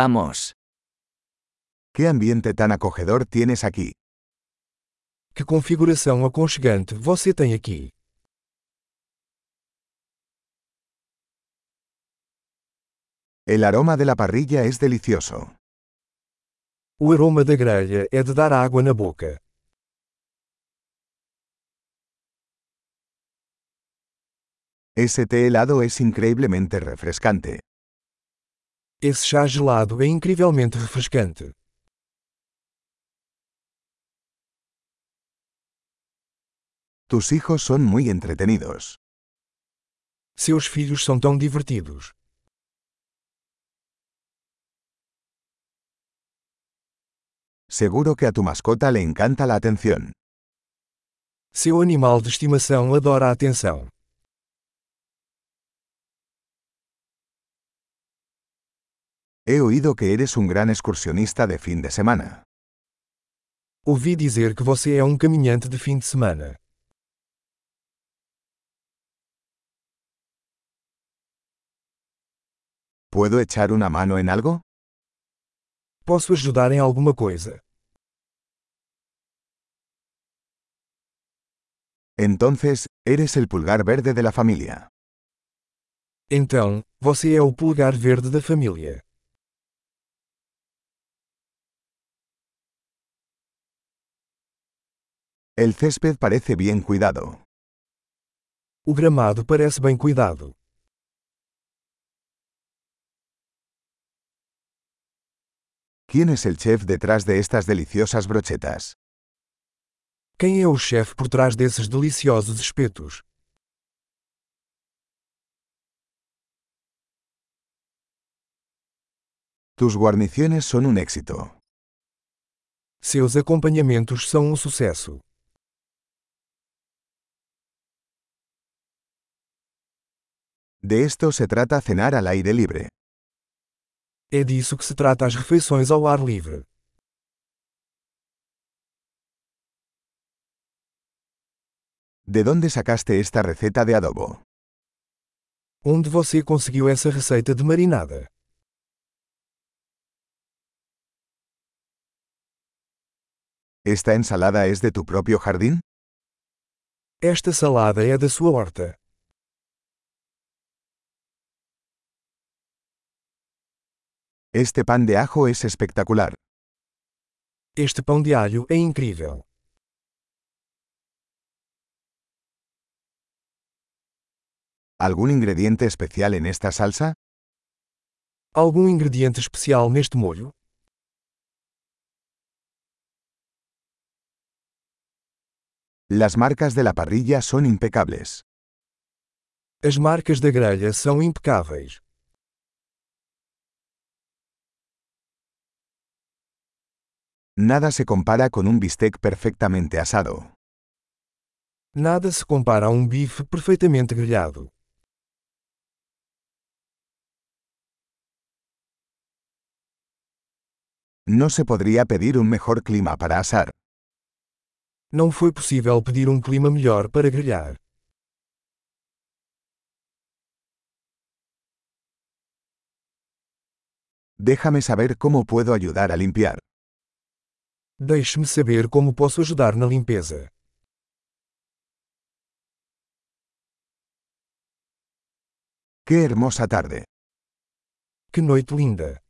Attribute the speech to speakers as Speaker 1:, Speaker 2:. Speaker 1: Vamos.
Speaker 2: ¿Qué ambiente tan acogedor tienes aquí?
Speaker 3: Que configuração aconchegante você tem aqui.
Speaker 2: El aroma de la parrilla es delicioso.
Speaker 3: O aroma da grelha é de dar água na boca.
Speaker 2: Ese té helado es increíblemente refrescante.
Speaker 3: Esse chá gelado é incrivelmente refrescante.
Speaker 2: Tus hijos son muy entretenidos.
Speaker 3: Seus filhos são tão divertidos.
Speaker 2: Seguro que a tu mascota le encanta la atención.
Speaker 3: Seu animal de estimação adora a atenção.
Speaker 2: He oído que eres un gran excursionista de fin de semana.
Speaker 3: Ouvi dizer que você é um caminhante de fim de semana.
Speaker 2: ¿Puedo echar una mano en algo?
Speaker 3: Posso ajudar em alguma coisa?
Speaker 2: Entonces, eres el pulgar verde de la familia.
Speaker 3: Então, você é o pulgar verde da família.
Speaker 2: El césped parece bien cuidado.
Speaker 3: O gramado parece bem cuidado.
Speaker 2: ¿Quién es el chef detrás de estas deliciosas brochetas?
Speaker 3: Quem é o chefe por trás desses deliciosos espetos?
Speaker 2: Tus guarniciones son un éxito.
Speaker 3: Seus acompanhamentos são um sucesso.
Speaker 2: De esto se trata cenar al aire libre.
Speaker 3: É disso que se trata as refeições ao ar livre.
Speaker 2: ¿De dónde sacaste esta receta de adobo?
Speaker 3: Onde você conseguiu essa receita de marinada?
Speaker 2: ¿Esta ensalada es de tu propio jardín?
Speaker 3: Esta salada é da sua horta.
Speaker 2: Este pan de ajo es espectacular.
Speaker 3: Este pão de alho é incrível.
Speaker 2: ¿Algún ingrediente especial en esta salsa?
Speaker 3: Algum ingrediente especial neste molho?
Speaker 2: Las marcas de la parrilla son impecables.
Speaker 3: As marcas da grelha são impecáveis.
Speaker 2: Nada se compara con un bistec perfectamente asado.
Speaker 3: Nada se compara a um bife perfeitamente grelhado.
Speaker 2: No se podría pedir un mejor clima para asar.
Speaker 3: Não foi possível pedir um clima melhor para grelhar.
Speaker 2: Déjame saber cómo puedo ayudar a limpiar.
Speaker 3: Deixe-me saber como posso ajudar na limpeza.
Speaker 2: ¡Qué hermosa tarde!
Speaker 3: Que noite linda!